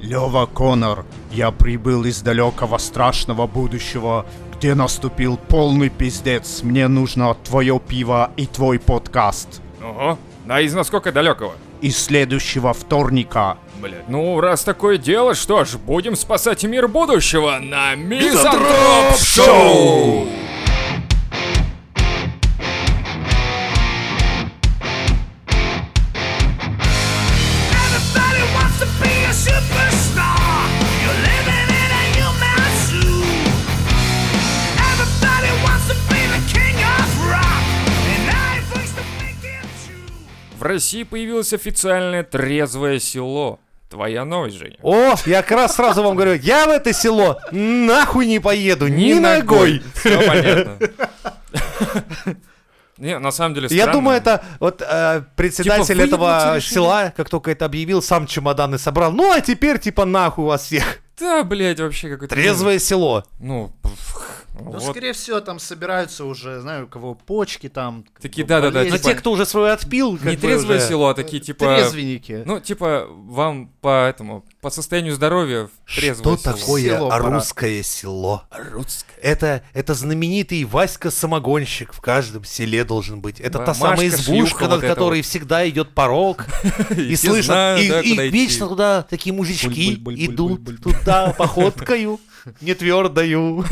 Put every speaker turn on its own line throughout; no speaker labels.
Лева Конор, я прибыл из далекого страшного будущего, где наступил полный пиздец. Мне нужно твое пиво и твой подкаст.
Ого, а из насколько далекого?
Из следующего вторника.
Блять. Ну, раз такое дело, что ж, будем спасать мир будущего на Мизантроп
Мизантроп
Шоу!
Шоу!
Everybody wants to be a superstar. You're living in a human zoo. Everybody wants to be the king of rock, and I voice to make it true.
В России появилось официальное трезвое село. Твоя новость, Женя.
О, я как раз сразу вам говорю, я в это село нахуй не поеду, ни, ногой.
Все понятно. Не, на самом деле
Я
странно.
думаю, это вот э, председатель
Типа,
этого
выебнуться решили.
села, как только это объявил, сам чемоданы собрал. Ну, а теперь типа нахуй вас всех.
Да, блядь, вообще какой-то...
Трезвое село.
Ну, пф,
Ну,
вот.
скорее всего, там собираются уже, знаю, у кого почки там. как
Такие,
бы,
да-да-да,
болезни.
Но
типа,
те, кто уже свой отпил, как
Не
бы,
трезвое
уже-
село, а такие типа...
Трезвенники.
Ну, типа, вам по этому, по состоянию здоровья в
Что
трезвое село.
такое
Село пора.
русское село?
Русское.
Это, это знаменитый Васька-самогонщик в каждом селе должен быть. Это
Да,
та самая
Машка, шлюха
избушка,
вот
над
эта вот.
которой всегда идет порог. И
все
слышно,
знают,
и,
да,
и
куда идти.
вечно туда такие мужички
Буль-буль-буль-буль-буль-буль.
идут туда походкою, не твердою.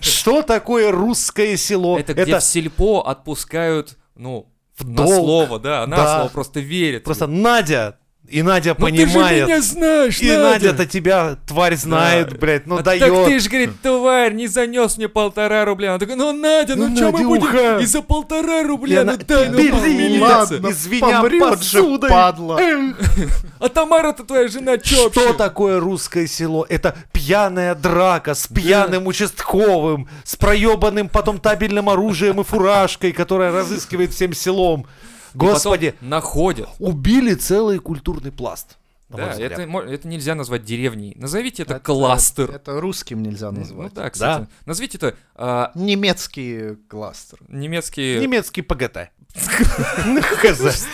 Что такое русское село?
Это, где в сельпо отпускают, ну,
В
на
долг.
слово, да, на
Да.
слово, просто верят.
просто Надя, и Надя
Ну ты же меня
понимает.
знаешь,
И Надя-то тебя, тварь, знает,
Да.
блядь, ну
А Так ты
дает.
же, говорит, тварь, не занес мне полтора рубля. Она такая, ну, Надя, ну,
Ну,
что мы будем
Надюха.
и за полтора
И
рубля,
она-
ну, дай, ну,
Блин,
помириться».
ладно, из меня
Помрёт же,
посудой.
падла.
А Тамара-то твоя жена, чё
Что
вообще?
такое русское село? Это пьяная драка с пьяным участковым, с проебанным потом табельным оружием и фуражкой, которая разыскивает всем селом.
Потом
Господи,
находят.
убили целый культурный пласт. на мой
Да,
взгляд.
это, мо- это нельзя назвать деревней. Назовите это, кластер.
Это русским нельзя
ну
назвать.
да, кстати. Назовите это а,
Немецкий кластер.
немецкие...
Немецкий ПГТ. Ну, хз.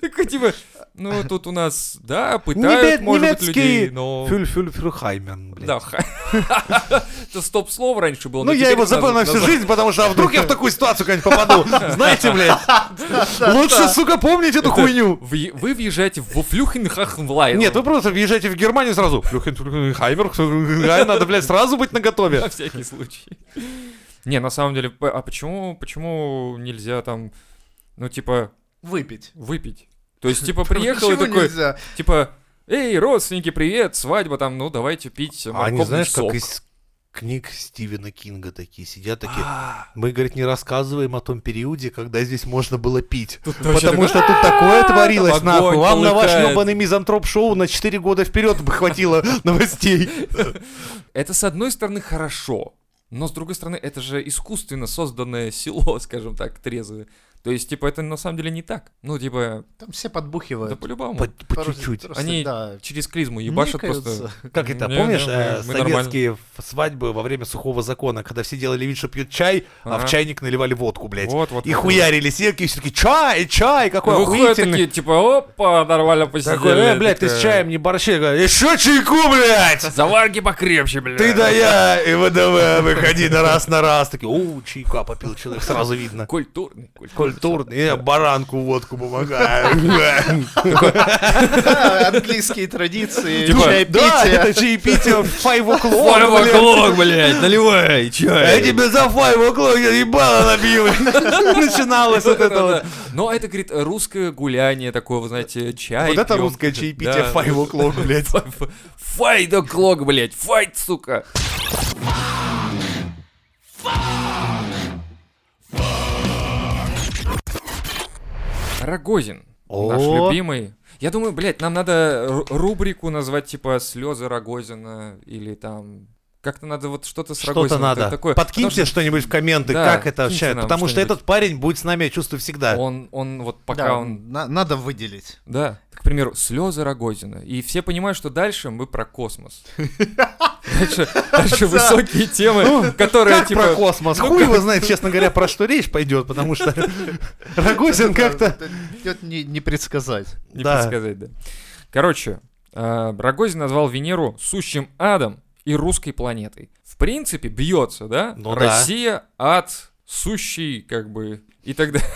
Такой, типа, ну тут у нас, да, пытают,
Небе-
может быть, людей,
Немецкий
но...
фюльфюльфюрхаймен, блядь.
Да, ха- Это стоп-слово раньше было.
Ну,
но
я
теперь
его забыл на
наз-
всю
наз-
жизнь, потому что а вдруг я в такую ситуацию как-нибудь попаду. Знаете, блядь? Лучше, сука, помнить эту хуйню.
Вы вы въезжаете в Флюхенхахмлайн.
Нет, вы просто въезжаете в Германию сразу. Хаймер, надо, блядь, сразу быть
На
наготове.
всякий случай. Не, на самом деле, п- а почему, почему нельзя там, ну, типа,
Выпить.
выпить? То есть, типа, приехал и
Ничего
такой,
нельзя.
типа, эй, родственники, привет, свадьба там, ну, давайте пить
А не
морковный
знаешь,
сок».
как из книг Стивена Кинга такие сидят такие.
А.
Мы, говорит, не рассказываем о том периоде, когда здесь можно было пить.
вообще
Потому
такой,
что тут такое творилось,
А, огонь
нахуй. Вам на ваш
полыхает.
ебаный мизантроп-шоу на 4 года вперед бы хватило новостей.
Это, с одной стороны, хорошо, но, с другой стороны, это же искусственно созданное село, скажем так, трезвое. То есть, типа, это на самом деле не так. Ну, типа,
Там все
да
подбухивают.
по-любому.
По по
Просто-
чуть-чуть.
просто,
Они
да,
через клизму ебашат просто.
никаются.
Как это,
Не,
помнишь,
не,
э,
мы нормально.
советские ф- свадьбы во время сухого закона, когда все делали вид, что пьют чай, а
Ага.
в чайник наливали водку, блядь.
Вот, вот,
и
вот.
хуярили сетки, и все таки чай, чай, какой
Выходят
охуительный.
такие, типа, опа, нормально посидели.
Такой, э, блядь, ты
Такая,
с чаем не борщи. Я говорю, еще чайку, блядь!
Заварки покрепче, блядь.
Ты да я, и ВДВ, выходи на раз на раз. Такие, у, чайка попил человек, сразу видно.
Культурный, культурный.
Культурный, я баранку водку помогаю.
Да, английские традиции, э,
Типа,
Да,
чайпитие.
это чаепитие в 5 o'clock, блядь.
Фарваклок, блядь, наливай,
Я
чай.
тебе за файв оклон, я ебало набью. Начиналось вот это вот.
Но это, говорит, русское гуляние такое, вы знаете, чай.
Вот это
пьём.
русское чаепитие
Да.
файв оклон, блядь.
Ф- Файт оклок, блядь, файт, сука. Рогозин, наш
О.
любимый. Я думаю, блядь, нам надо ру- рубрику назвать типа «Слезы Рогозина» или там... Как-то надо вот что-то с Рогозином.
Что-то надо.
так- такое.
Подкиньте что-нибудь в комменты,
Да,
как это
киньте
вообще.
нам
Потому что
что-нибудь.
этот парень будет с нами, я чувствую, всегда.
Потому что Он, он вот пока
Да,
он...
на- надо выделить.
Да, к примеру, «Слезы Рогозина». И все понимают, что дальше мы про космос. Дальше дальше высокие темы, которые
Ну, Как про
типа...
космос? Хуй его знает, честно говоря, про что речь пойдет, потому что Рогозин как-то...
Это не не предсказать.
Не
Да.
предсказать, да. Короче, Э, Рогозин назвал Венеру сущим адом и русской планетой. В принципе, бьется, да?
Ну да.
Россия, ад, сущий, как бы, и так далее.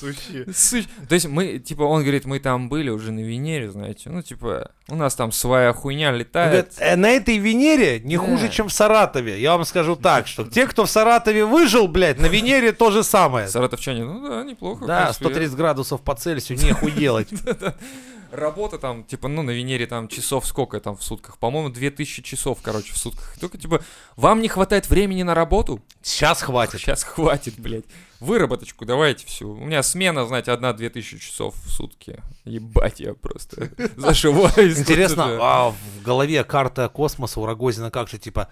Сущие.
Сыщ- То есть мы, типа, он говорит, мы там были уже на Венере, знаете, ну, типа, у нас там своя хуйня
Он
летает.
говорит, «Э, на этой Венере не
Да.
хуже, чем в Саратове. Я вам скажу так, что те, кто в Саратове выжил, блядь, на Венере то же самое.
Саратовчане, ну да, неплохо. в
Да,
принципе.
130 градусов по Цельсию, нехуй делать.
Работа там, типа, ну, на Венере там часов сколько там в сутках? По-моему, 2000 часов, короче, в сутках. Только, типа, вам не хватает времени на работу?
Сейчас хватит.
Сейчас хватит, блядь. Выработочку давайте всю. У меня смена, знаете, одна-две тысячи часов в сутки. Ебать, я просто зашиваюсь.
Интересно,
Да.
а в голове карта космоса у Рогозина как же, типа,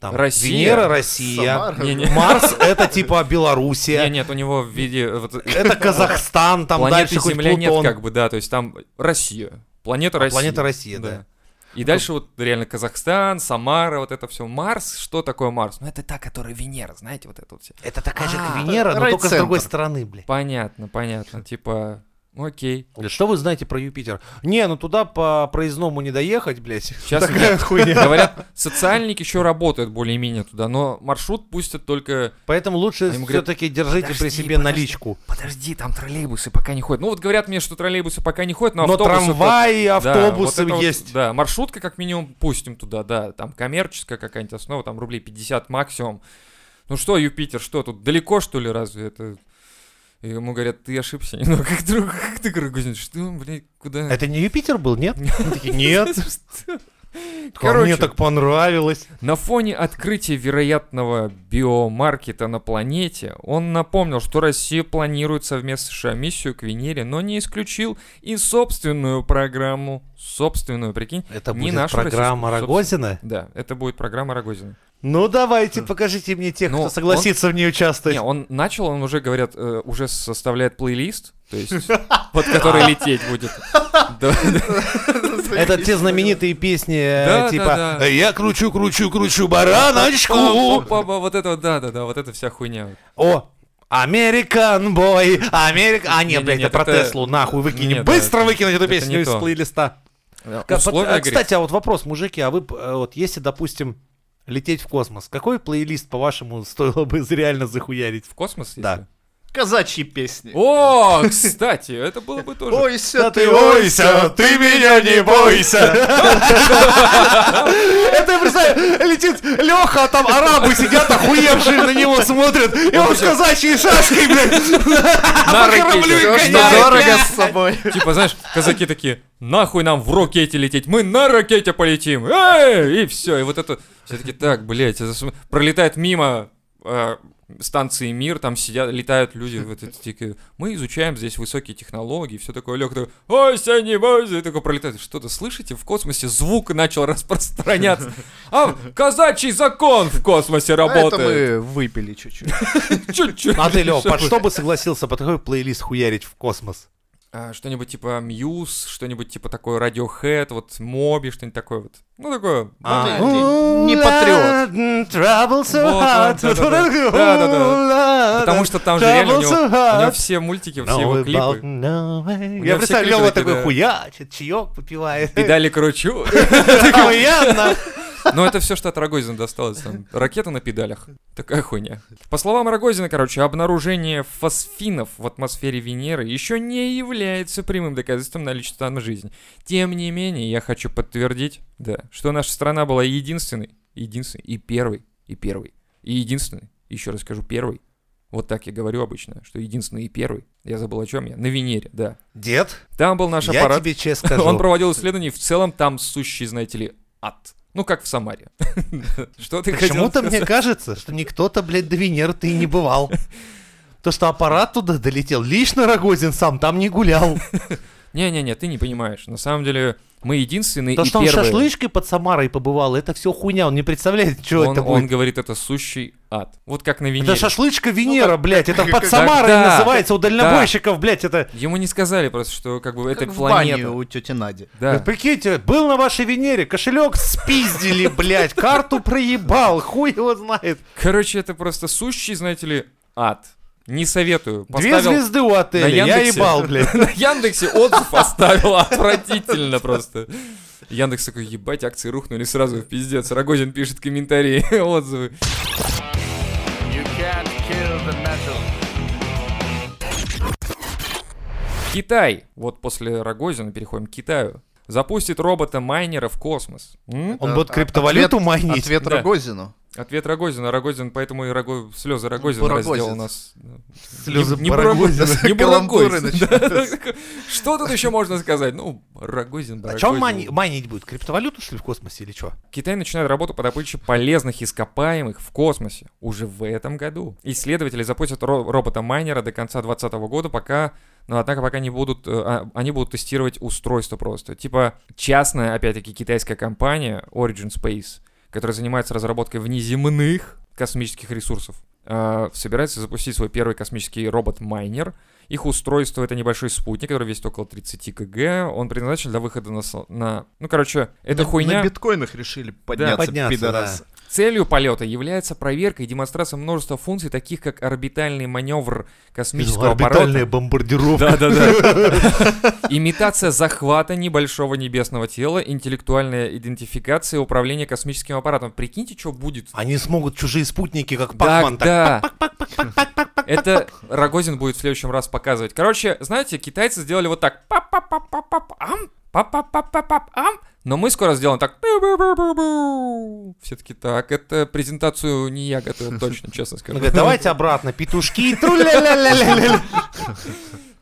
там,
Россия.
Венера, Россия,
Самара.
Не-не.
Марс, это типа Белоруссия,
Не, нет, у него в виде вот,
это Казахстан, там
планеты
дальше хоть
Земля нет,
Плутон. А
как бы, да, то есть там Россия, планета Россия.
Планета Россия, да. Ну,
И дальше вот реально Казахстан, Самара, вот это все. Марс, что такое Марс? Ну это та, которая Венера, знаете, вот это вот все.
Это такая же,
А,
как Венера, но только с
райцентр.
другой стороны, блядь.
Понятно, понятно, типа, ну, окей.
Говорит, Что вы знаете про Юпитер? Не, ну туда по проездному не доехать, блядь.
Сейчас
Такая хуйня.
говорят, социальники еще работают более-менее туда, но маршрут пустят только
Поэтому лучше
А им говорят,
все-таки держите при
«Подожди,
себе
подожди».
наличку.
Подожди, там троллейбусы пока не ходят. Ну вот говорят мне, что троллейбусы пока не ходят, но,
Но
автобусы...
трамваи,
Да,
автобусы
вот это вот,
есть.
да, маршрутка как минимум пустим туда, да. Там коммерческая какая-нибудь основа, там рублей 50 максимум. Ну что, Юпитер, что тут, далеко что ли разве это... И ему говорят, ты ошибся немного, как друг, как ты, Рогозин, что, блядь, куда?
Это не Юпитер был, нет? Они такие, Нет. А
Короче.
Мне так понравилось.
На фоне открытия вероятного биомаркета на планете, он напомнил, что Россия планирует совместно с США миссию к Венере, но не исключил и собственную программу. Собственную, прикинь.
Это
не
будет
нашу
программа
российскую,
Рогозина?
Да, это будет программа Рогозина.
Ну давайте, покажите мне тех,
Ну,
кто согласится в ней участвовать.
Не, он начал, он уже, говорят, э, уже составляет плейлист, то есть под который лететь будет. Да,
Это те знаменитые песни, э,
Да, да,
типа
да.
«Я кручу, кручу, кручу бараночку».
Опа-па, Вот это, вот, да-да-да, вот это вся хуйня.
О, Американ бой, Америка... А,
Не-не-не,
нет, блядь, это про
это-
Теслу, нахуй, выкинем.
Нет, да,
Быстро
это-
выкинуть эту
это
песню
не
из
то.
плейлиста. Ка- под-
Условия,
а,
говорит,
Кстати, а вот вопрос, мужики, а вы, б, э, вот если, допустим, лететь в космос, какой плейлист, по-вашему, стоило бы реально захуярить?
в космос? если-
Да.
Казачьи песни.
О, кстати, это было бы тоже.
Ойся ты,
ойся,
ойся,
ты меня не бойся. Это, я представляю, летит Леха, а там арабы сидят, охуевшие на него смотрят, и он с казачьей шашкой, блядь,
На
А по кораблю
ракете.
и
Всё,
Конечно.
что дорого с собой.
Типа, знаешь, казаки такие, нахуй нам в ракете лететь, мы на ракете полетим. Эй! И все, и вот это... Все таки так, блядь, это см- пролетает мимо э, станции Мир, там сидят, летают люди, вот эти такие, мы изучаем здесь высокие технологии, все такое легкое, такой, ой, ся не бойся», и такой пролетает, что-то слышите, в космосе звук начал распространяться, а казачий закон в космосе
А Это
работает.
мы выпили чуть-чуть.
Чуть-чуть.
А ты, Лев, под что бы согласился под такой плейлист хуярить в космос?
А, Что-нибудь типа Мьюз, что-нибудь типа такое Radiohead, вот Моби, что-нибудь такое вот. Ну, такое.
А,
более-
ты не патриот.
Вот он, да-да-да.
да.
Потому что там же реально у него, у него все мультики, все его клипы.
Я
него все
представляю,
клипы
Лёва
такие,
такой
да.
хуячит, чаек попивает.
Педали кручу.
Охуенно.
Но Ну, это все, что от Рогозина досталось. Там. Ракета на педалях. Такая хуйня. По словам Рогозина, короче, обнаружение фосфинов в атмосфере Венеры еще не является прямым доказательством наличия там жизни. Тем не менее, я хочу подтвердить, да, что наша страна была единственной, единственной и первой, и первой, и единственной, еще раз скажу, первой. Вот так я говорю обычно, что единственный и первый. Я забыл о чем я. На Венере, да.
Дед,
Там был наш
я
аппарат.
тебе честно скажу.
Он проводил исследования, и в целом там сущий, знаете ли, ад. Ну, как в Самаре. Что ты хотел
Почему-то
сказать?
мне кажется, что никто-то, блядь, до Венеры ты и не бывал. То, что аппарат туда долетел, лично Рогозин сам там не гулял.
Не-не-не, ты не понимаешь. На самом деле, мы единственные
То,
и
что он
первые.
шашлычкой под Самарой побывал, это все хуйня, он не представляет, что
Он,
это
он
будет.
говорит, это сущий ад. Вот как на Венере.
Это шашлычка Венера, блядь, это под
как-
Самарой
Ну да,
называется, у дальнобойщиков, блядь, это...
Ему не сказали просто, что как бы это
Как в бане
планета.
у тети Нади.
Да.
Прикиньте, был на вашей Венере, кошелек спиздили, блядь, карту проебал, хуй его знает.
Короче, это просто сущий, знаете ли, ад. Не советую.
Две
Поставил
звезды у отеля,
на
я
Яндексе.
ебал, блядь.
на Яндексе отзыв оставил отвратительно просто. Яндекс такой, ебать, акции рухнули сразу в пиздец. Рогозин пишет комментарии, отзывы. Китай. Вот после Рогозина переходим к Китаю. Запустит робота-майнера в космос. М?
Он будет криптовалюту
а, ответ,
майнить.
Ответ
да.
Рогозину.
Ответ Рогозина. Рогозин, поэтому и Рого... слезы Рогозина
Барагозец.
раздел нас.
Слезы
Не- не
Барагозина.
Барагозин, не
Каламбуры
Барагозин, да. Что тут еще можно сказать? Ну, Рогозин,
А что он
Барагозин.
мани- майнить будет? Криптовалюту, что ли, в космосе или что?
Китай начинает работу по добыче полезных ископаемых в космосе уже в этом году. Исследователи запустят ро- робота-майнера до конца 2020 года, пока, но однако пока не будут, э, а- они будут тестировать устройство просто. Типа частная, опять-таки, китайская компания Origin Space, которая занимается разработкой внеземных космических ресурсов, э, собирается запустить свой первый космический робот-майнер. Их устройство — это небольшой спутник, который весит около 30 кг. Он предназначен для выхода на... со- на... Ну, короче, это
На-
хуйня...
На биткоинах решили подняться,
подняться,
пидорасы.
Целью полета является проверка и демонстрация множества функций, таких как орбитальный маневр космического
Орбитальная
аппарата,
бомбардировка.
имитация захвата небольшого небесного тела, интеллектуальная идентификация и управление космическим аппаратом. Прикиньте, что будет.
Они смогут чужие спутники, как
Да,
Пакман, так
да. Это Рогозин будет в следующем раз показывать. Короче, знаете, китайцы сделали вот так. Пап-пап-пап-пап-пап, ам, пап-пап-пап-пап-пап, ам. Но мы скоро сделаем так. Все-таки так. Это презентацию не я готовил, точно, честно
Он
скажу.
говорит, давайте обратно, петушки, тру-ля-ля-ля-ля-ля».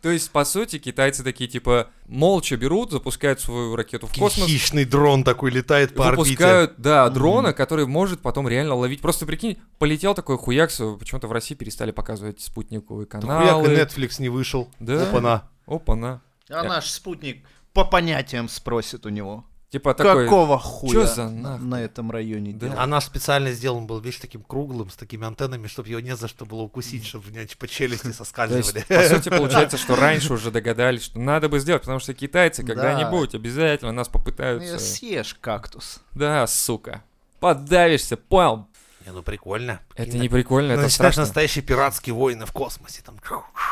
То есть, по сути, китайцы такие, типа, молча берут, запускают свою ракету в космос,
Хищный дрон такой летает по орбите.
выпускают, да, дрона, который может потом реально ловить. Просто прикинь, полетел такой хуяк, с- почему-то в России перестали показывать спутниковые
Хуяк и
каналы.
Netflix не вышел.
Да.
Опа-на.
Опа-на.
А
Я-
наш спутник по понятиям спросит у него.
Типа такой...
Какого хуя
«Чё за
на,
нахуй?»
на этом районе
Да.
делать?
А наш специально сделан был, видишь, таким круглым, с такими антеннами, чтобы его не за что было укусить, чтобы меня по челюсти
То есть,
соскальзывали.
по сути, получается, что раньше уже догадались, что надо бы сделать, потому что китайцы
Да.
когда-нибудь обязательно нас
Э,
попытаются...
Съешь кактус.
Да, сука. Поддавишься, понял?
Не, ну прикольно.
Это
И
не прикольно, это
Начинаешь
страшно.
настоящие пиратские войны в космосе. Там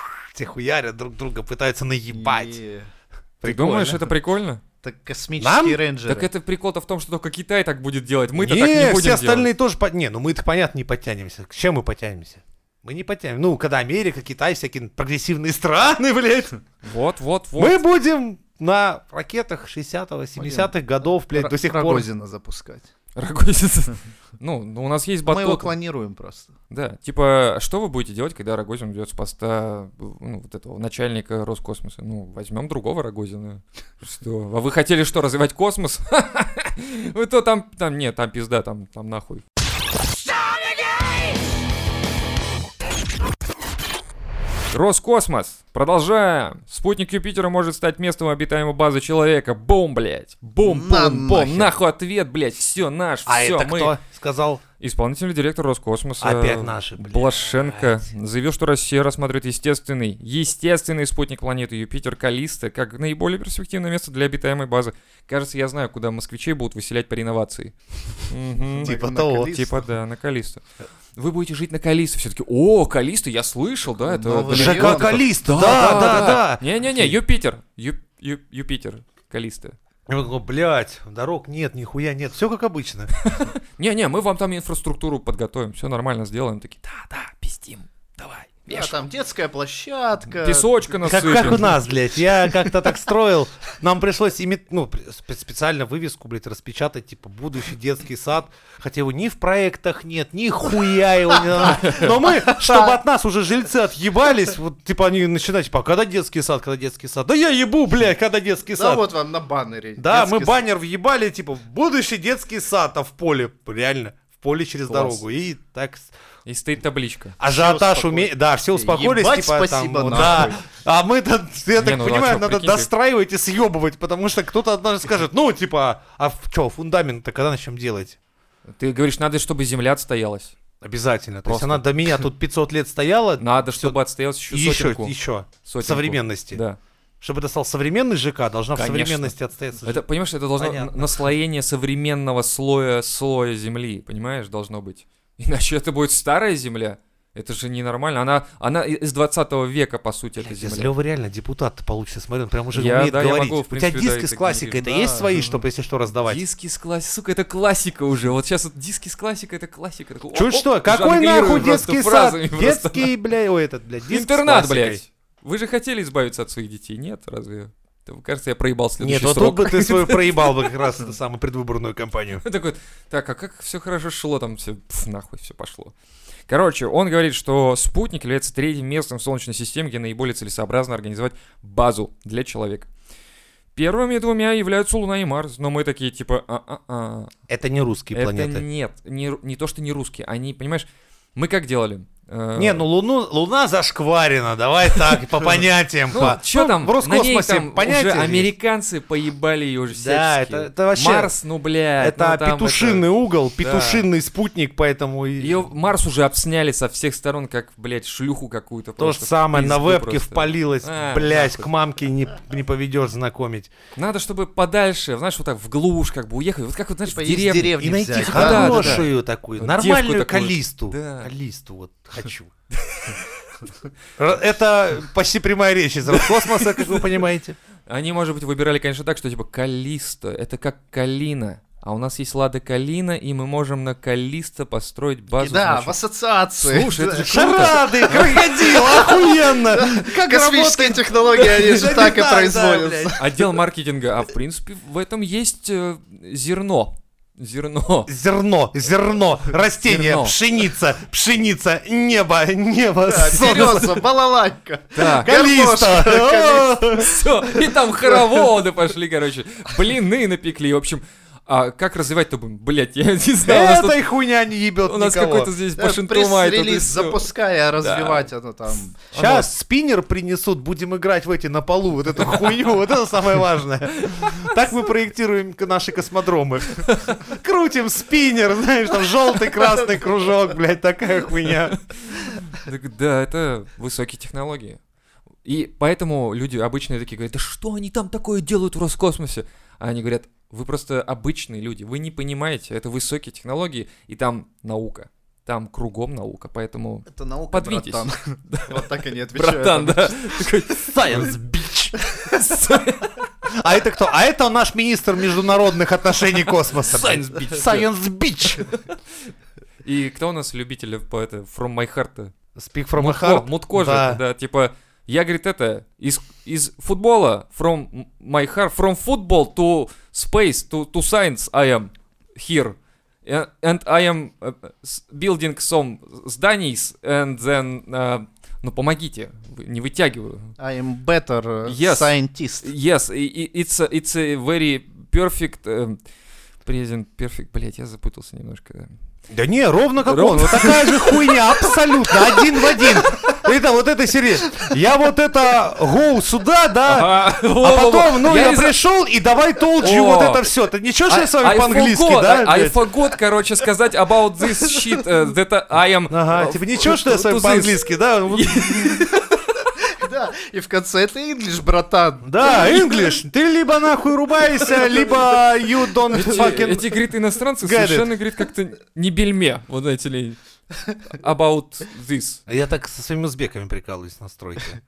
те хуярят друг друга, пытаются наебать.
И-
Ты
Прикольно.
думаешь, это прикольно?
Так космические рейнджеры.
Так это прикол-то в том, что только Китай так будет делать. Мы-то
не,
так не будем
все остальные
делать.
тоже... под- Не, ну мы-то, понятно, не подтянемся. К чем мы потянемся? Мы не потянем. Ну, когда Америка, Китай, всякие прогрессивные страны, блядь.
Вот, вот, вот.
Мы будем на ракетах 60-го, 70-х годов, блядь,
Р-
до сих пор.
Рогозина запускать.
Рогозин. Ну, ну, у нас есть
Мы его
батут.
клонируем просто.
Да, типа, что вы будете делать, когда Рогозин уйдет с поста, ну, вот этого начальника Роскосмоса? Ну, возьмем другого Рогозина. Что? А вы хотели что, развивать космос? Вы то там, там, нет, там пизда, там, там нахуй. Роскосмос. Продолжаем. Спутник Юпитера может стать местом обитаемой базы человека. Бум, блядь. Бум,
На
бум, бум.
нахер.
Нахуй ответ, блядь. Все, наш,
А
все,
это
мы.
кто сказал?
Исполнительный директор Роскосмоса
Опять наши, блядь.
Блашенко заявил, что Россия рассматривает естественный, естественный спутник планеты Юпитер Калиста как наиболее перспективное место для обитаемой базы. Кажется, я знаю, куда москвичей будут выселять по реновации. Мгм.
Типа
На
того.
Калис-
Типа да, на Калиста. Вы будете жить на Калисто все-таки. О, Калиста, я слышал, да, это...
Новый
далеко.
ЖК
Регионов.
Калист, да, Ну, да, да.
Не-не-не, Юпитер. Ю- Ю- Юпитер. Калиста.
Я говорю, блядь, дорог нет, нихуя нет, все как обычно.
Не-не, мы вам там инфраструктуру подготовим, все нормально сделаем. Такие, да-да, пиздим, давай,
Да,
вешай.
там детская площадка.
Песочка
Как,
насыпем.
как у нас, блядь, я как-то так строил, нам пришлось ими, ну, спе- специально вывеску, блядь, распечатать, типа, будущий детский сад, хотя его ни в проектах нет, ни хуя его не надо. Но мы, чтобы от нас уже жильцы отъебались, вот, типа, они начинают, типа, «А когда детский сад, когда детский сад, да я ебу, блядь, когда детский
Да
сад.
вот вам на баннере.
Да,
Детский
мы баннер въебали, типа, будущий детский сад, а в поле, реально, в поле через
Класс.
дорогу. И так... с-
И стоит табличка.
Ажиотаж
успокоились.
уме... Да, все успокоились,
Ебать,
типа,
спасибо,
там... вот,
нахуй.
Да. А мы-то, я так
ну а
понимаю,
чё,
надо
прикиньте.
достраивать и съебывать, потому что кто-то однажды скажет, ну, типа, а что, фундамент-то когда начнем делать?
Ты говоришь, надо, чтобы земля отстоялась.
Обязательно. То есть
Просто.
она до меня тут 500 лет стояла,
Надо,
Всё.
чтобы отстоялась еще
и еще,
сотенку.
еще.
Сотенку.
Современности.
Да.
Чтобы это стал современный ЖК,
Конечно.
должна в современности отстояться.
Это,
жи-
понимаешь, это должно
Понятно.
н- наслоение современного слоя слоя земли, понимаешь, должно быть. Иначе это будет старая земля. Это же ненормально. Она, она и- из 20 века, по сути, эта
Блядь, если
земля.
Лёва реально депутат получится, смотри, он прям уже
Я-
умеет
да, я
говорить.
могу, в
У
принципе,
тебя
да,
диски
это
с классикой, это
говорить.
есть
Да,
свои, чтобы если что раздавать?
Диски с классикой. Сука, это классика уже. Вот сейчас вот диски с классикой, это классика. Такой, оп,
Чуть что,
оп,
какой
жонглирую
нахуй
просто
детский сад?
фразами просто.
Детский, блядь, ой, этот, блядь, диск с
Интернат,
классикой.
блядь. Вы же хотели избавиться от своих детей, нет? Разве? Да, Кажется, я проебал
Нет,
следующий
вот тут
срок.
бы ты свою проебал бы как раз эту самую предвыборную кампанию.
Он такой, так, а как все хорошо шло там, все, нахуй все пошло. Короче, он говорит, что спутник является третьим местом в Солнечной системе, где наиболее целесообразно организовать базу для человека. Первыми двумя являются Луна и Марс, но мы такие типа, а-а-а.
Это не русские
Это
планеты.
нет, не, ру- не то, что не русские, они, понимаешь, мы как делали? Э,
Не, ну Луну, Луна зашкварена, давай так, по понятиям.
Ну,
по-
чё
Ну,
там,
в Роскосмосе
на ней там
понятия
уже
есть.
американцы поебали ее уже
Да,
всячески.
это- это вообще-
Марс, ну, бля.
Это петушинный угол, петушинный спутник, поэтому... и-
Ее Марс уже обсняли со всех сторон, как, блядь, шлюху какую-то.
То же
просто,
самое, на
пизду
вебке
просто.
впалилось,
А,
блядь,
нахуй.
к мамке не, не поведешь знакомить.
Надо, чтобы подальше, знаешь, вот так в глушь как бы уехать. Вот как вот, знаешь,
Типа
в
из
деревню.
деревни
И найти
взять.
Да, да, да.
хорошую такую,
Вот
нормальную
девку такую.
калисту.
Да.
Калисту вот хочу. Р- Это почти прямая речь из космоса, как вы понимаете.
Они, может быть, выбирали, конечно, так, что типа Калиста, это как Калина. А у нас есть Лада Калина, и мы можем на Калиста построить
И
базу.
да,
значит.
в ассоциации.
Слушай, это же круто.
Шарады, крокодил, охуенно! Как
Космические технологии, они
Да
же
не
так
так,
и
да,
производятся.
Отдел маркетинга. А в принципе, в этом есть э, зерно. Зерно.
Зерно, зерно, растение,
Зерно.
пшеница, пшеница, небо, небо,
Так,
солнце,
Береза, балалайка.
Так,
калиста.
картошка,
все. И там хороводы пошли, короче. Блины напекли. В общем, а как развивать-то будем? Блять, я не знаю. у нас тут-
Этой хуйня не ебет
У нас какой-то здесь башентумай. тут и
Э, Пресс-релиз
всё.
запускай, а развивать это там.
Сейчас спиннер принесут, будем играть в эти на полу, вот эту хуйню, вот это самое важное. Так мы проектируем к- наши космодромы. Крутим спиннер, знаешь, там желтый, красный кружок, блядь, такая хуйня.
Так Да, это высокие технологии. И поэтому люди обычные такие говорят, да что они там такое делают в Роскосмосе? А они говорят, вы просто обычные люди, вы не понимаете, это высокие технологии, и там наука. Там кругом наука, поэтому...
Это наука,
Подвиньтесь.
братан. Вот так и не отвечаю.
Братан, да. Такой,
Science, бич. А это кто? А это наш министр международных отношений космоса. блядь.
Science bitch.
Science bitch.
И кто у нас любитель э, по это, From My Heart?
Speak from a
Мутко,
heart.
Мутко же,
Да.
да, типа... Я, говорит, это, из, из футбола, from my heart, from football to space, to, to science I am here. Э, And I am э, s- building some зданий, and then... э, ну, помогите, вы- не вытягиваю.
I am better э,
Yes.
scientist.
Yes, и- и- it's a, it's a very perfect... эм, present perfect... Блять, я запутался немножко.
Да не, ровно как
Ровно.
он. Вот такая же хуйня, абсолютно, один в один. Это вот это серьезно. Я вот это гоу сюда, да,
А,
а
во-во-во.
потом, ну, я
из-
пришел, и давай толчу вот
О.
это все. Ты ничего, что я с
I-
вами
I
по-английски,
forgot,
да?
I, I
блядь?
forgot, а короче, сказать about this shit э, that I am...
Ага,
э,
типа ничего, что я с
to
вами
this.
по-английски, да? Вот,
Да, и в конце это English, братан.
Да, English. Ты либо нахуй рубайся, либо you don't
Эти,
fucking...
эти, говорит, иностранцы
Get it.
совершенно, говорит, как-то не бельме, вот знаете ли, about this.
Я так со своими узбеками прикалываюсь на стройке.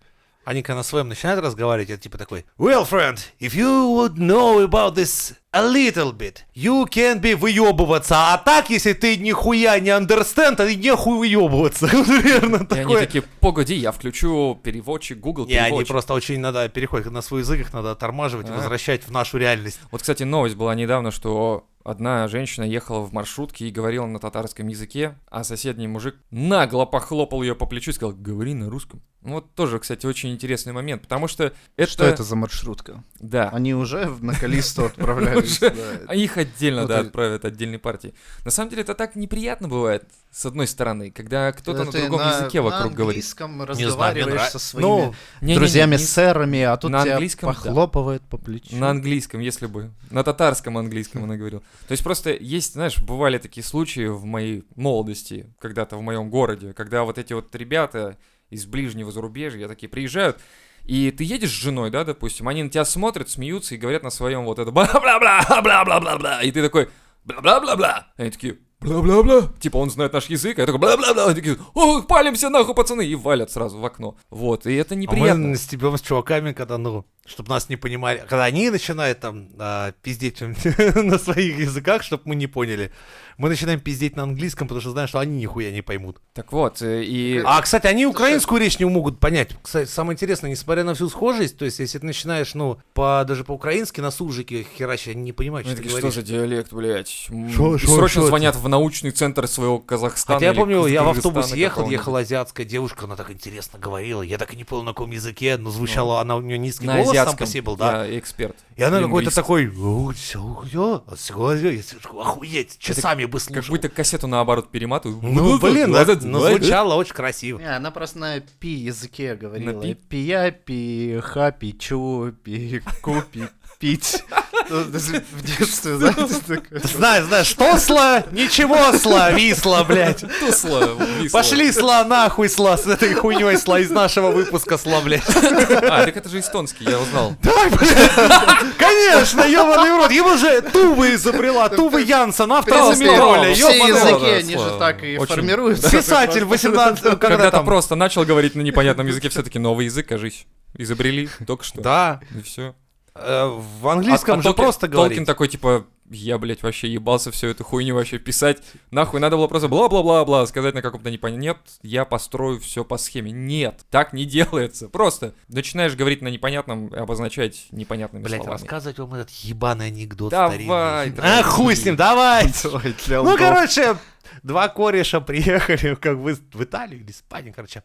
Они когда на своем начинают разговаривать, я типа такой Well, friend, if you would know about this a little bit, you can be выебываться. А так, если ты нихуя не understand, то ты нехуй выебываться. Примерно
И они
такое.
такие, погоди, я включу переводчик, Google
Не, они
переводчик.
просто очень надо переходить на свой язык, их надо тормаживать и
А.
возвращать в нашу реальность.
Вот, кстати, новость была недавно, что одна женщина ехала в маршрутке и говорила на татарском языке, а соседний мужик нагло похлопал ее по плечу и сказал, говори на русском. Ну, Вот тоже, кстати, очень интересный момент, потому что это...
Что это за маршрутка?
Да.
Они уже в- на Калисту отправлялись.
Уже.
да.
А Их отдельно,
Ну,
да,
ты-
отправят отдельной партии. На самом деле это так неприятно бывает, с одной стороны, когда кто-то на
Ты
другом языке вокруг
На
говорит. Ну,
английском
знаю, мне
разговариваешь
нравится.
со своими
Не-не-не,
друзьями,
не-
сэрами, а тут
на
тебя
английском, да.
похлопывает по плечу.
На английском, если бы. На татарском английском она говорила. То есть просто есть, знаешь, бывали такие случаи в моей молодости, когда-то в моем городе, когда вот эти вот ребята из ближнего зарубежья такие приезжают, и ты едешь с женой, да, допустим, они на тебя смотрят, смеются и говорят на своем вот это бла-бла-бла, бла-бла-бла-бла, и ты такой бла-бла-бла-бла, они такие, бла-бла-бла. Типа он знает наш язык, а я такой бла-бла-бла. Они такие, ох, палимся нахуй, пацаны, и валят сразу в окно. Вот, и это
А
неприятно.
мы стебем с чуваками, когда, ну, чтобы нас не понимали. Когда они начинают там а, пиздеть на своих языках, чтобы мы не поняли. Мы начинаем пиздеть на английском, потому что знаем, что они нихуя не поймут.
Так вот, э, и...
А, кстати, они украинскую речь не могут понять. Кстати, самое интересное, несмотря на всю схожесть, то есть, если ты начинаешь, ну, по, даже по-украински на суржике херачить, они не понимают,
Ну, Они
что ты
такие, что
говоришь.
за диалект, блядь? М,
Шо-
и
шо-
срочно
шо это?
звонят в научный центр своего Казахстана.
Хотя я
или
помню, я в
Кыргызстана
автобус ехал,
какого-нибудь.
ехала азиатская девушка, она так интересно говорила. Я так и не понял, на каком языке, но звучала она, у нее низкий
Ну. На
голос
азиатском.
сам по себе был, да.
Я эксперт.
И она какой-то
лингвист.
такой, «Ух, всё, ух, ё, а всё, ё, я слышу, охуеть, часами бы
Как
слушал.
будто кассету наоборот перематываю.
Ну, блин, да, но звучало очень красиво.
Не, она просто на пи языке говорила.
пи?
Пия, пи, ха, пи, чу, пи, ку, пи, пить. Ну, даже В детстве, знаете, такое.
Знаешь, знаешь, что сла? Ничего сла, висла, блядь.
Тусло, висло.
Пошли сла нахуй сла с этой хуйней сла из нашего выпуска сла, блядь.
А, так это же эстонский, я узнал.
Да, блядь. Конечно, ебаный в рот. Ему же тувы изобрела, тувы Янсен, автор
принципе,
Амироля,
Все
ёбаный
ебаный
рот.
языки, они
Слава.
же так и
Очень.
формируются.
Писатель 18 когда,
Когда ты
там...
просто начал говорить на непонятном языке, все-таки новый язык, кажись. Изобрели только что.
Да,
И все.
э, в английском же просто
А Толкин
говорит.
такой, типа, я, блядь, вообще ебался всю эту хуйню вообще писать. Нахуй, надо было просто бла-бла-бла-бла сказать на каком-то непонятном. Нет, я построю все по схеме. Нет, так не делается. Просто начинаешь говорить на непонятном, и обозначать непонятными
Блять,
словами.
рассказывать вам этот ебаный анекдот
Давай,
старинный.
давай.
А, хуй с ним, давай.
Ой, для
Ну,
лбов.
короче, два кореша приехали как бы в Италию или Испанию, короче.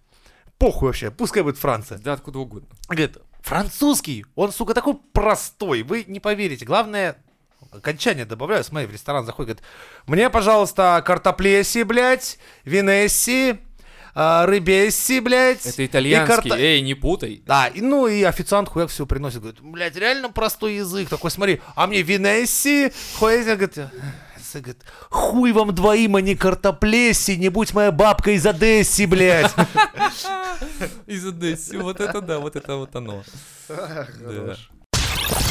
Похуй вообще, пускай будет Франция.
Да откуда угодно.
Говорит, французский, он, сука, такой простой, вы не поверите. Главное, окончание добавляю, смотри, в ресторан заходит, говорит, мне, пожалуйста, картоплеси, блядь, винесси, а, рыбесси, блядь.
Это
и
итальянский.
карта-
Эй, не путай.
да, и, ну и официант хуяк все приносит. Говорит, блядь, реально простой язык. Такой, смотри, а мне Венесси, хуязи, говорит, «Э, говорит, хуй вам двоим, а не картоплеси, не будь моя бабка из Одесси, блядь.
Из Одессы. Вот это да, вот это вот оно. Да.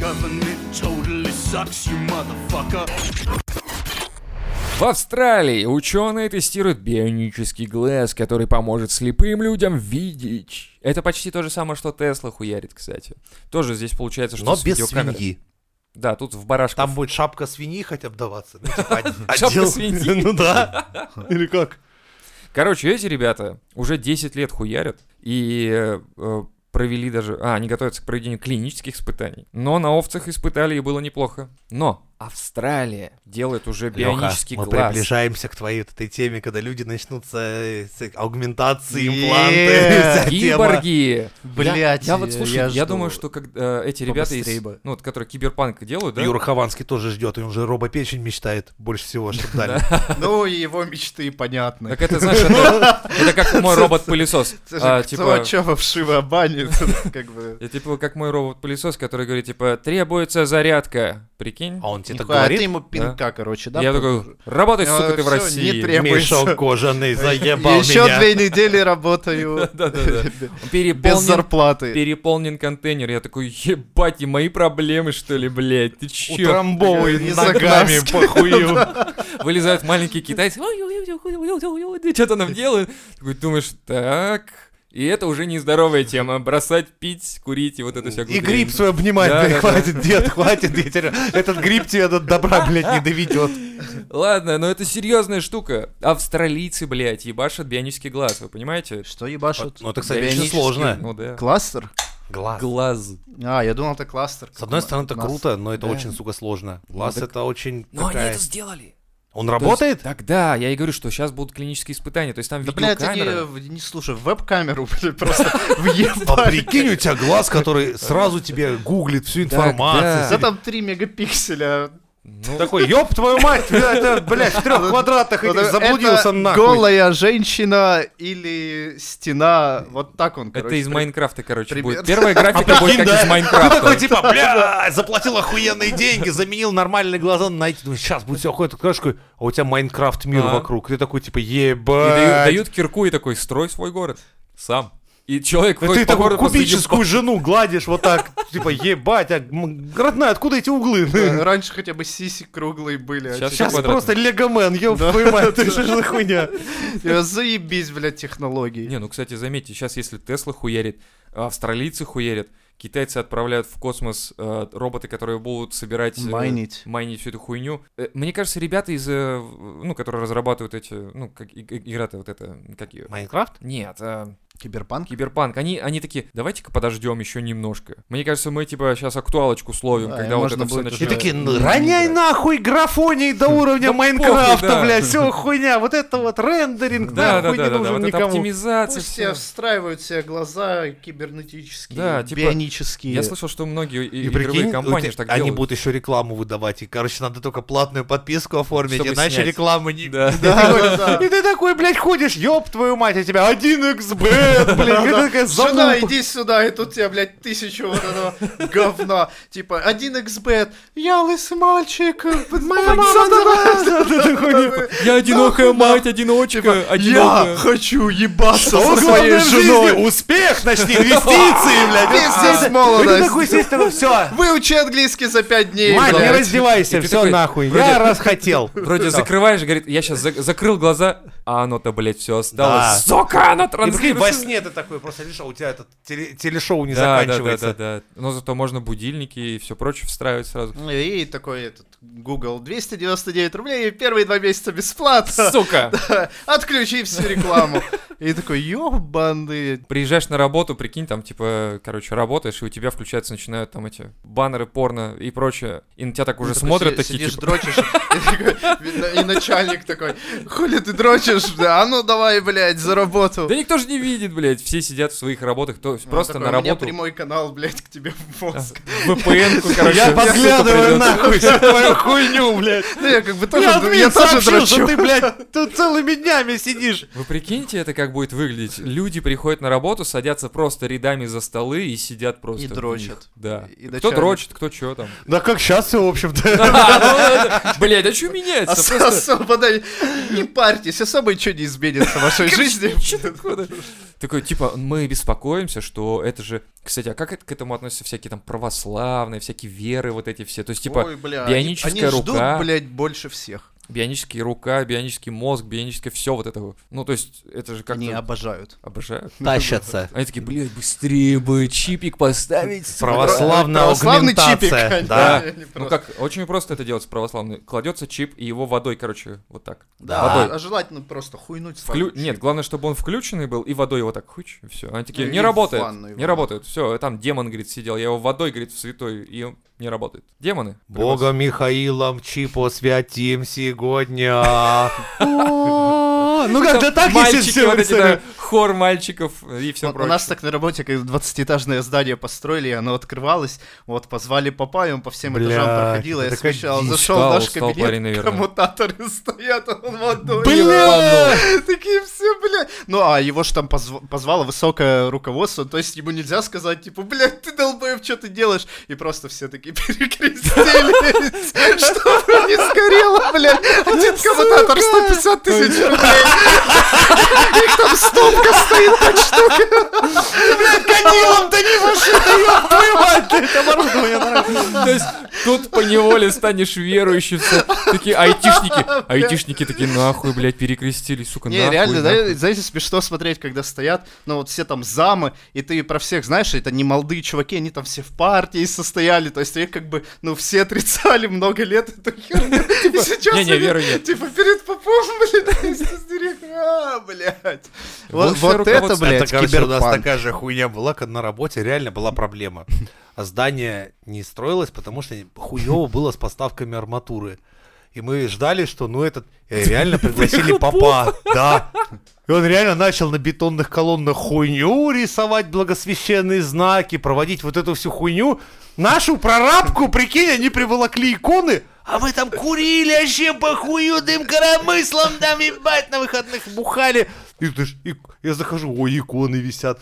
Government totally sucks, you motherfucker.
В Австралии ученые тестируют бионический глаз, который поможет слепым людям видеть. Это почти то же самое, что Тесла хуярит, кстати. Тоже здесь получается, что
Но
с
без
видеокамерой.
свиньи.
Да, тут в барашках.
Там будет шапка свиньи хотя бы даваться. Ну, типа, од-
Шапка
отдел.
свиньи.
Ну да. Или как?
Короче, эти ребята уже 10 лет хуярят и э, э, провели даже... А, они готовятся к проведению клинических испытаний. Но на овцах испытали и было неплохо. Но Австралия делает уже бионический
мы
глаз.
приближаемся к твоей вот этой теме, когда люди начнутся э, с аугментации,
Е-е-е.
импланты. вся тема.
Киборги!
Блядь,
я, я вот слушай, я,
я жду.
думаю, что как, э, эти ребята, из,
Побыстрей бы.
ну вот, которые киберпанк делают, да?
Юра Хованский тоже ждет, и он же робопечень мечтает больше всего, чтобы дали.
Ну, и его мечты понятны.
Так это, знаешь, это, это как мой робот-пылесос.
Это
А,
же кто
типа,
о чем в Шива бане, тут как бы...
я, типа как мой робот-пылесос, который говорит, типа, требуется зарядка. Прикинь?
А он тебе так
Нихуя, а ты
говорит,
ему пинка, короче, да?
я такой, работай,
Я
сука, ты в
всё,
России.
не требую.
мешок кожаный заебал
Еще
меня.
две недели работаю
Да-да-да. Он
без
Переполнен,
зарплаты.
переполнен контейнер. Я такой, ебать, и мои проблемы, что ли, блядь? Ты чё?
Утрамбовый
Не
ногами
загнавский.
по хую.
Вылезают маленькие китайцы. Что-то нам делают. Такой, думаешь, так... И это уже нездоровая тема. Бросать, пить, курить и вот это вся
И
гудрень.
гриб свой обнимать.
Да,
блядь,
да, да.
Хватит, дед, хватит. я тебя- Этот гриб тебе до добра, блядь, не доведет.
Ладно, но это серьезная штука. Австралийцы, блядь, ебашат бионический глаз, вы понимаете?
Что ебашут?
Ну, это, кстати,
Бионический
очень сложно.
Ну да.
Кластер?
Глаз.
Глаз.
А, я думал, это кластер.
С одной стороны, это
Нас-
круто, но это
Да.
очень, сука, сложно. Глаз это очень
Но они
такая...
это сделали.
Он
То есть
работает?
Тогда, я и говорю, что сейчас будут клинические испытания, то есть там
Да, блядь, они,
видеокамеры.
э, в- не слушай, в веб-камеру, блядь, просто въебали.
А прикинь, у тебя глаз, который сразу тебе гуглит всю
Так,
информацию.
Да там 3 мегапикселя. э,
Ну,
Такой, ёб твою мать, это, блядь, в трех квадратах
Вот
этих
это
заблудился нахуй.
голая женщина или стена. Вот так он,
это
короче.
из Майнкрафта, короче,
пример.
будет. Первая графика будет как
да.
из Майнкрафта.
Ты такой, типа, бля, заплатил охуенные деньги, заменил нормальные глаза на эти. Ну, сейчас будет все охуенно. Ты открываешь такой, а у тебя Майнкрафт мир
А.
вокруг. Ты такой, типа,
И дают,
ебать.
дают кирку и такой, строй свой город. Сам. И человек
Да
ходит
ты
по
такую
городу посреди
кубическую жену гладишь вот так, типа, ебать, а, м, родная, откуда эти углы?
Да, Раньше хотя бы сиси круглые были. а
Щас
теперь-
Сейчас
квадратный.
просто легомен, ёб твою мать, ты что ж за хуйня?
Э, Заебись, блядь, технологии.
Не, ну, кстати, заметьте, сейчас если Тесла хуярит, австралийцы хуярят, китайцы отправляют в космос э, роботы, которые будут собирать... э,
Майнить.
майнить всю эту хуйню. Э, Мне кажется, ребята из... э, в- Ну, которые разрабатывают эти... Ну, как и- и- игра-то вот эта... Как ее?
Майнкрафт?
Нет, э,
Киберпанк?
Киберпанк. Они, они такие, давайте-ка подождем еще немножко. Мне кажется, мы типа сейчас актуалочку словим,
Да, и
когда вот
можно
это все
будет
И
уже-
начнется.
такие, ну,
не
роняй
играть.
нахуй графоний до уровня
Да похуй,
Майнкрафта,
да.
блядь, все хуйня, вот это вот рендеринг,
Да, да,
нахуй
да,
не
да, да,
нужен
вот эта
никому.
оптимизация.
Пусть все
всё.
встраивают себе глаза кибернетические.
Да, типа,
Бионические.
я слышал, что многие и-
И
игровые
прикинь, вот
компании
и-
ж так
они
делают.
будут еще рекламу выдавать, и, короче, надо только платную подписку оформить,
Чтобы
иначе
снять.
рекламы не...
Да.
Да, да,
И ты такой, блядь, ходишь, ёб твою мать, а тебя 1xbet, блядь, и ты такая
Сюда,
залупа.
иди сюда, и тут тебе, блядь, тысячу вот этого говна. Типа, 1xbet, я лысый мальчик, э, моя мама дала.
Ты такой, типа,
Я одинокая
Нахуй, да.
мать, одиночка,
Я
одинокая.
хочу ебаться
«Что
со
с главным
своей
в
женой.
жизни? Успех, начни инвестиции, блядь.
Пиздец,
И ты
молодость.
такой сидишь, такой, все,
Выучи английский за пять дней,
мать, не
блядь.
раздевайся,
И ты
все
такой,
нахуй.
вроде-
Я раз хотел.
Вроде закрываешь, говорит, я сейчас закрыл глаза, а оно-то, блядь, все
Да.
осталось. Сука, оно
И прикинь, во
транслируется.
сне ты такой просто лишь, а у тебя этот теле- телешоу не
Да, да, да,
заканчивается.
да, да. Но зато можно будильники и все прочее встраивать сразу.
И такой этот Google 299 рублей, и первые два месяца бесплатно.
Сука!
Отключи всю рекламу. И такой, ёбаный.
Приезжаешь на работу, прикинь, там, типа, короче, работаешь, и у тебя включаются, начинают там эти баннеры, порно и прочее. И на тебя так уже
Ты такой
смотрят
Ну, си-
такие,
сидишь,
типа,
дрочишь, и такой, и начальник такой, хули ты дрочишь, да, а ну давай, блядь, за работу.
да никто же не видит, блядь, все сидят в своих работах, то есть
Он
просто
такой,
на
Ну, У меня
работу.
прямой канал, блядь, к тебе в мозг.
VPN-ку, короче.
Я
ссылка
подглядываю
придёт.
нахуй всю твою хуйню, блядь.
Ну, я как бы тоже,
Я админ
я тоже
сообщил, что
дрочу.
ты, блядь, тут целыми днями сидишь.
Вы прикиньте, это как будет выглядеть. Люди приходят на работу, садятся просто рядами за столы и сидят просто.
И
в
дрочат.
них. Да.
И
кто
начальник.
дрочит, кто чё там. Ну,
Да как сейчас все, в общем-то.
Блять, а что меняется?
Ос- Особо, да, не парьтесь, особо ничего не изменится в вашей жизни.
Такой, типа, мы беспокоимся, что это же... Кстати, а как это, к этому относятся всякие там православные, всякие веры вот эти все? То есть, типа,
Ой, бля,
бионическая
они, они
рука.
ждут, блядь, больше всех.
бионические рука, бионический мозг, бионическое все вот это. вот. Ну, то есть, это же как-то...
Они обожают.
Обожают.
Тащатся.
Они такие, блядь, быстрее бы чипик поставить.
Православная
Православный чипик.
аугментация.
Да.
Да.
Они
Ну
просто-
как, очень просто это делается православный. Кладется чип и его водой, короче, вот так.
Да,
Водой.
а желательно просто хуйнуть
Вклю-
сразу.
Нет, главное, чтобы он включенный был, и водой его так хуч, и все. Они такие,
Ну,
не
и в
работает,
ванну его
не
надо.
работает. Все, там демон, говорит, сидел, я его водой, говорит, в святой, и он не работает. Демоны. при вас.
Бога Михаилом Чипо святим сегодня. О, Ну как, да
Там
так если
мальчики,
все
вот эти,
представляю.
да, хор мальчиков и все
Вот У
прочее.
нас так на работе, как 20-этажное здание построили, и оно открывалось, вот, позвали папа, и он по всем этажам
Блядь,
проходил, я
это такая
освещал,
дичь.
зашел в
Устал,
наш
устал парень,
кабинет,
наверное.
коммутаторы стоят, а он водой.
Бля!
Такие все, бля. Ну, а его ж там позв- позвало высокое руководство, то есть ему нельзя сказать, типа, блядь, ты долбоев, что ты делаешь? И просто все такие перекрестились, чтобы не сгорело, блядь. Один коммутатор 150 тысяч рублей. Их там стопка стоит по
Канилом-то не вышито, ёб твою мать, это оборудование нравится.
То есть тут по неволе станешь верующим. всё. Такие айтишники, айтишники такие, нахуй, блядь, перекрестились, сука,
Не,
типа, нахуй,
реально,
нахуй».
да, знаете, смешно смотреть, когда стоят, ну вот все там замы, и ты про всех знаешь, это не молодые чуваки, они там все в партии состояли, то есть их как бы, ну все отрицали много лет эту херню, и сейчас
Типа, не-не,
они,
веры нет.
типа перед попом, блядь, с директора, а, блядь. Вот
Высшее
вот это,
руководство.
блядь,
это, короче, у нас
киберпанк.
такая же хуйня была, когда на работе реально была проблема. А здание не строилось, потому что хуево было с поставками арматуры. И мы ждали, что ну этот... э, Реально пригласили папа, да. И он реально начал на бетонных колоннах хуйню рисовать, благосвященные знаки, проводить вот эту всю хуйню. Нашу прорабку, прикинь, они приволокли иконы, а мы там курили вообще по хую дым коромыслом, там ебать на выходных бухали. И ты ж- и- я захожу, ой, иконы висят.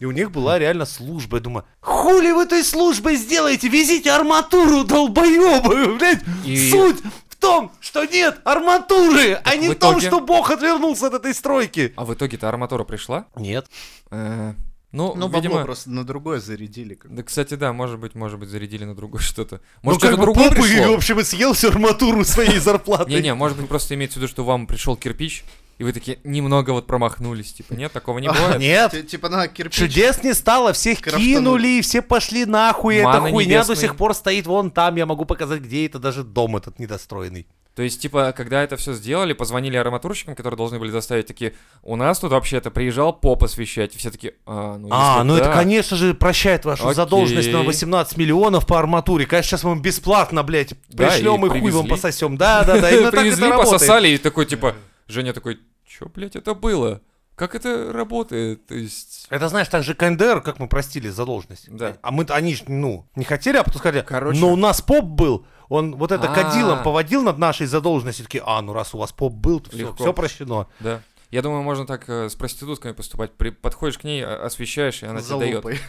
И у них была реально служба. Я думаю, хули вы той службой сделаете? Везите арматуру, долбоебы, блядь.
И-
Суть в том, что нет арматуры, а не
в
в том,
итоге-
что Бог отвернулся от этой стройки.
А в итоге-то арматура пришла?
Нет.
Э, Ну,
Ну, бабло
видимо...
просто на другое зарядили. как бы.
Да, кстати, да, может быть, может быть, зарядили на другое что-то.
Ну,
Может,
как
что-то
бы
другое
попы,
пришло?
в общем, и съел всю арматуру своей зарплаты.
Не-не, может быть, просто имеется в виду, что вам пришел кирпич, и вы такие немного вот промахнулись. Типа, нет, такого не бывает.
А, Нет,
Т- Типа на кирпич.
чудес не стало, всех
Крафтанул.
кинули, все пошли нахуй, эта
Маны
хуйня до
небесные.
сих пор стоит вон там, я могу показать, где это, даже дом этот недостроенный.
То есть, типа, когда это все сделали, позвонили арматурщикам, которые должны были доставить, такие, у нас тут вообще-то приезжал поп освещать. И все такие, а, ну
А,
если
ну это,
да».
конечно же, прощает вашу
Окей.
задолженность на 18 миллионов по арматуре. Конечно, сейчас мы вам бесплатно, блядь,
Да,
пришлем
и
и, хуй вам
привезли.
пососем. Да, да, да, именно так это
Привезли,
работает.
пососали, и такой, типа, Женя такой, чё, блядь, это было? Как это работает? То есть...
Это, знаешь, так же КНДР, как мы простили задолженность.
Да.
А мы они ж, ну, не хотели, а потом сказали,
Короче.
но у нас поп был. Он вот это
А.
кадилом поводил над нашей задолженностью. Такие, а, ну раз у вас поп был, то все,
Легко.
все прощено.
Да. Я думаю, можно так э, с проститутками поступать. При- подходишь к ней, а- освещаешь, и она
За
тебе дает.
лупой.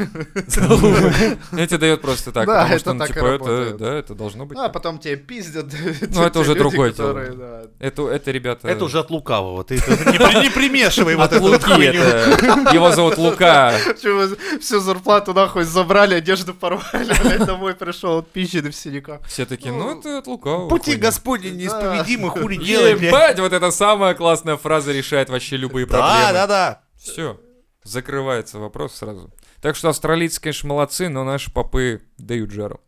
Она тебе дает просто так,
Да,
потому
это
что, ну,
так и
типа, это,
работает.
да, это должно быть.
Ну, а потом тебе пиздят.
Ну, это
те
уже
люди,
другое
которые, да.
Это, это, ребята...
Это уже от лукавого. Ты это не при- не примешивай вот
От
эту вот
Луки
хуйню.
это. Его зовут Лука.
Чё, Всю зарплату нахуй забрали, одежду порвали, блядь, домой пришел отпищенный в синяках.
Все такие, ну это от Лука.
Пути Господни неисповедимы, хули делай, блядь.
Ебать, вот это самая классная фраза решает вообще любые
Да,
проблемы.
да, да.
Все. Закрывается вопрос сразу. Так что австралийцы, конечно, молодцы, но наши попы дают жару.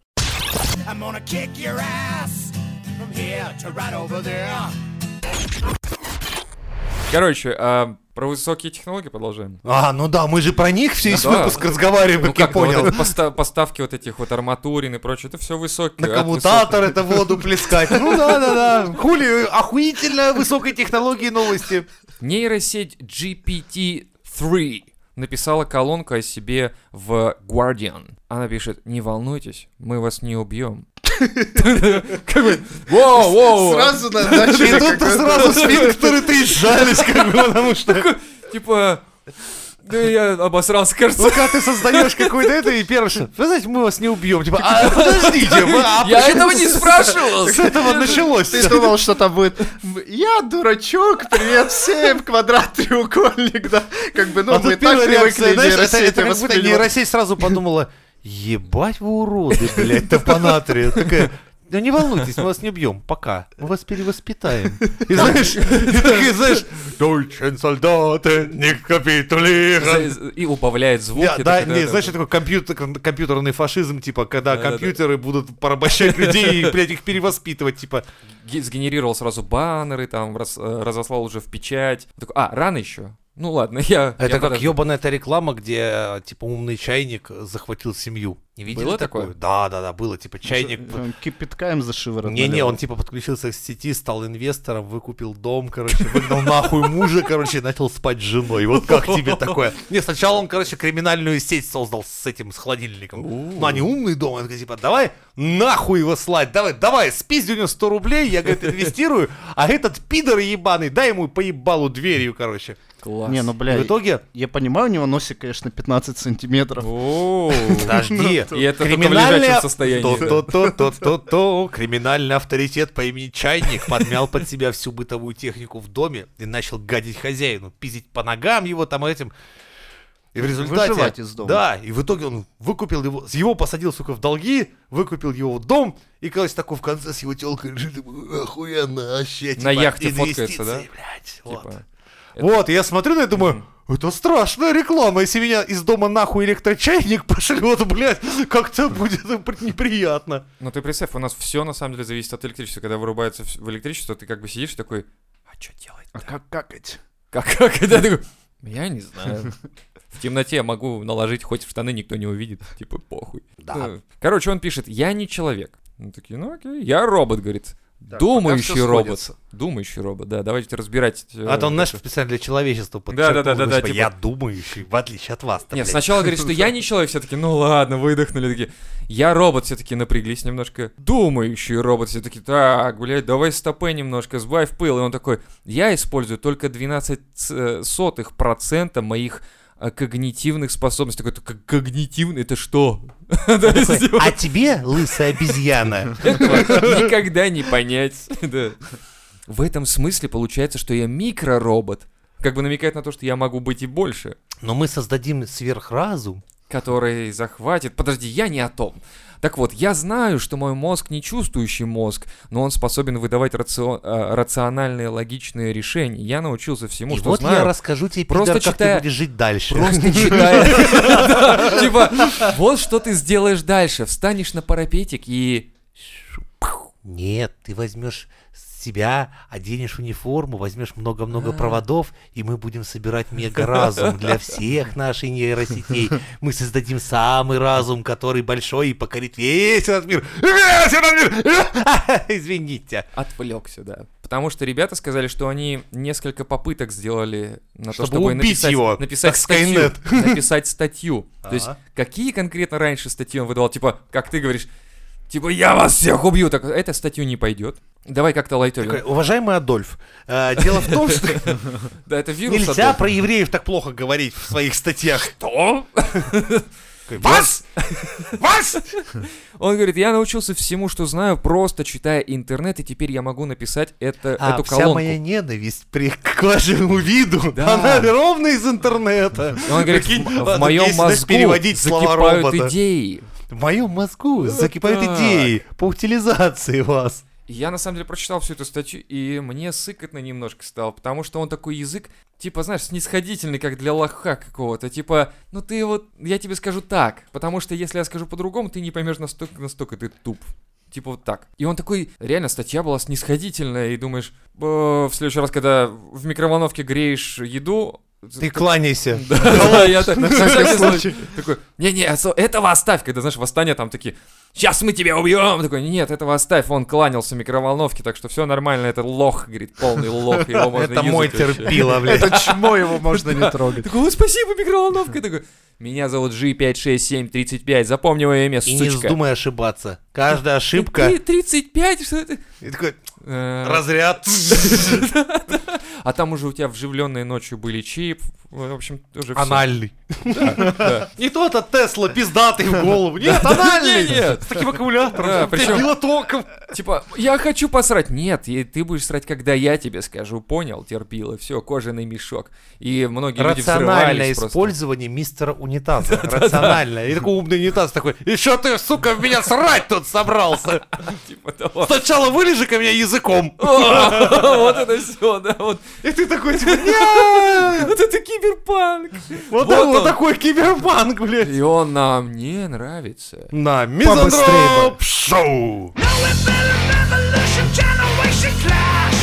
I'm gonna kick your ass from here to right over there.
Короче, а, про высокие технологии продолжаем.
А, ну да, мы же про них все весь
Да.
выпуск разговариваем,
Ну
как я
как, ну, вот
понял.
это поста- поставки вот этих вот арматурин и прочее, это все высокие.
На
от
коммутатор это воду плескать. Ну да, да, да. Хули, охуительно высокой технологии новости.
высоких. Нейросеть GPT-3 написала колонку о себе в Guardian. Она пишет, не волнуйтесь, мы вас не убьем. Как бы, воу, воу.
Сразу на-
И
начали
тут
как это-
сразу сфинктеры трещались, как бы, потому что...
Типа, да я обосрался, кажется.
Ну, когда ты создаешь какой-то это, и первое, что, вы знаете, мы вас не убьем. Типа, а подождите, вы- а
Я
почему
этого не
с-
спрашивал.
С этого началось.
Ты думал, что там будет «Я дурачок, привет всем, квадрат, треугольник», да? Как бы, ну,
А
мы
тут
так
первая
привыкли
реакция, знаешь, это,
нейросети
это как будто
воспринимать.
нейросеть сразу подумала, ебать вы уроды, блядь, топонатри. Такая, ну не волнуйтесь, мы вас не бьем, пока. Мы вас перевоспитаем. И знаешь, и такие, знаешь, «Дойчен солдаты, не капитулирован».
И убавляет звук.
Я-
и
да,
так,
не, знаешь, это такой компьютер, компьютерный фашизм, типа, когда
Да-да-да.
компьютеры будут порабощать людей и, блядь, их перевоспитывать, типа,
Ги- сгенерировал сразу баннеры, там раз- э, разослал уже в печать. Такой, а, рано еще? Ну ладно, я...
Это
я
как
подожду».
ебаная эта реклама, где э, типа умный чайник захватил семью. Не видели
Было
такое?
такое?
Да, да, да, было. Типа чайник.
Он Кипятка им за шиворот.
Не-не,
налил.
он типа подключился к сети, стал инвестором, выкупил дом, короче, выгнал нахуй мужа, короче, и начал спать с женой. Вот как тебе такое? Не, сначала он, короче, криминальную сеть создал с этим, с холодильником. Ну, они умный дом, он такой, типа, давай нахуй его слать, давай, давай, спизди у него 100 рублей, я, говорит, инвестирую, а этот пидор ебаный, дай ему поебалу дверью, короче.
Класс.
Не, ну,
И
бля,
в итоге
я понимаю, у него носик, конечно, 15 сантиметров.
Оу.
Подожди.
Ну,
И это только в лежачем состоянии. да.
То-то-то-то-то. Криминальный авторитет по имени Чайник подмял под себя всю бытовую технику в доме и начал гадить хозяину, пиздить по ногам его там этим. И в результате...
Выживать из дома.
Да, и в итоге он выкупил его, его посадил, сука, в долги, выкупил его в дом, и, короче, такой в конце с его телкой лежит, такой, охуенно, вообще, типа,
На яхте фоткается,
инвестиции,
да?
блядь, вот.
Типа,
Вот, я смотрю на это и думаю, это страшная реклама. Если меня из дома нахуй электрочайник пошлет, блядь, как-то будет неприятно.
Ну ты представь, у нас все на самом деле зависит от электричества. Когда вырубается вс- в электричество, ты как бы сидишь и такой, а что делать?
А как какать?
Как, как это? Я такой, я не знаю. В темноте могу наложить хоть в штаны, никто не увидит. Типа, похуй.
Да.
Короче, он пишет, я не человек. Ну такие, ну окей, я робот, говорит. Думающий робот. Думающий робот, да, давайте разбирать. э,
А то он,
вот
знаешь,
это.
специально для человечества
Да-да-да-да-да,
подчеркнул, типа,
типа-
Я думающий, в отличие от вас.
Нет, сначала говорит, что я не человек, все таки ну ладно, выдохнули такие. Я робот, все таки напряглись немножко. Думающий робот, все таки так, блядь, давай стопы немножко, сбавь пыл. И он такой, я использую только 12 ц- э, сотых процента моих э, когнитивных способностей. Такой, «Ко- когнитивный, это что? То есть,
А тебе, лысая обезьяна,
Этого никогда не понять. Да. В этом смысле получается, что я микроробот. Как бы намекает на то, что я могу быть и больше.
Но мы создадим сверхразум.
который захватит... Подожди, я не о том. Так вот, я знаю, что мой мозг не чувствующий мозг, но он способен выдавать рацио- э, рациональные, логичные решения. Я научился всему,
и
что
вот я
знаю.
расскажу тебе,
Просто
пидор, как ты
читая-
будешь жить дальше.
Просто читая. Да, Типа, вот что ты сделаешь дальше. Встанешь на парапетик и...
Нет, ты возьмешь себя, оденешь униформу, возьмешь много-много проводов, и мы будем собирать мега-разум для всех наших нейросетей. Мы создадим самый разум, который большой и покорит весь этот мир. Весь этот мир! Извините.
Отвлекся, да. Потому что ребята сказали, что они несколько попыток сделали на то,
Чтобы
чтобы
убить
написать,
его,
написать
как
статью.
Skynet.
Написать статью. То есть,
Ага.
какие конкретно раньше статьи он выдавал? Типа, как ты говоришь, типа, я вас всех убью. Так, эта статью не пойдет. Давай как-то лайтовее.
Уважаемый Адольф, э, дело в том, что
Да, это вирус.
нельзя
отдал.
про евреев так плохо говорить в своих статьях.
Что?
Вас! Вас!
Он говорит, я научился всему, что знаю, просто читая интернет, и теперь я могу написать это,
А
эту
вся
колонку.
моя ненависть при- к вашему виду,
Да.
она ровно из интернета.
И Он говорит,
Прикинь,
в, в
ладно,
моем
если даже
мозгу
переводить слова
закипают
робота.
идеи.
В моем мозгу закипают
так.
идеи по утилизации вас.
И Я на самом деле прочитал всю эту статью, и мне сыкотно немножко стало, потому что он такой язык, типа, знаешь, снисходительный, как для лоха какого-то. Типа, ну ты вот, я тебе скажу так, потому что если я скажу по-другому, ты не поймешь настолько, настолько ты туп. Типа вот так. И он такой, реально, статья была снисходительная, и думаешь, «Э, в следующий раз, когда в микроволновке греешь еду,
Ты кланяйся.
да, я так-
На
на
всякий
всякий
случай.
случай. Такой, не-не, осо- этого оставь, когда, знаешь, восстание там такие, сейчас мы тебя убьем. Такой, нет, этого оставь, он кланялся микроволновке, так что все нормально, это лох, говорит, полный лох, его можно
Это мой
юзать вообще».
терпила, блядь.
Это чмо его можно не трогать.
Такой, «Ой, спасибо, микроволновка. Такой, меня зовут G56735, запомни мое имя,
И не
сучка.
вздумай ошибаться. Каждая ошибка...
Ты 35, что это?
И такой
Э,
разряд.
А там уже у тебя вживленные ночью были чип, в общем, уже всё.
Анальный. Не тот от Тесла, пиздатый в голову. Нет, анальный.
Не-не.
С таким аккумулятором.
Да,
чтоб тебя
причем-
било током.
Типа, я хочу посрать. Нет, и ты будешь срать, когда я тебе скажу. Понял, терпила. Все, кожаный мешок. И многие люди
Рациональное
взрывались просто.
использование мистера унитаза. Рациональное. И такой умный унитаз такой, еще ты, сука, в меня срать тут собрался.
Типа того.
Сначала вылежи ко мне языком.
Вот это все, да. Вот
И ты такой, типа, «Не-а-а-а».
Вот это киберпанк.
вот,
Вот
это вот
он.
такой киберпанк, блядь.
И он нам не нравится.
На
Побыстрее бы.
мизантроп шоу.
Know it better revolution generation clash.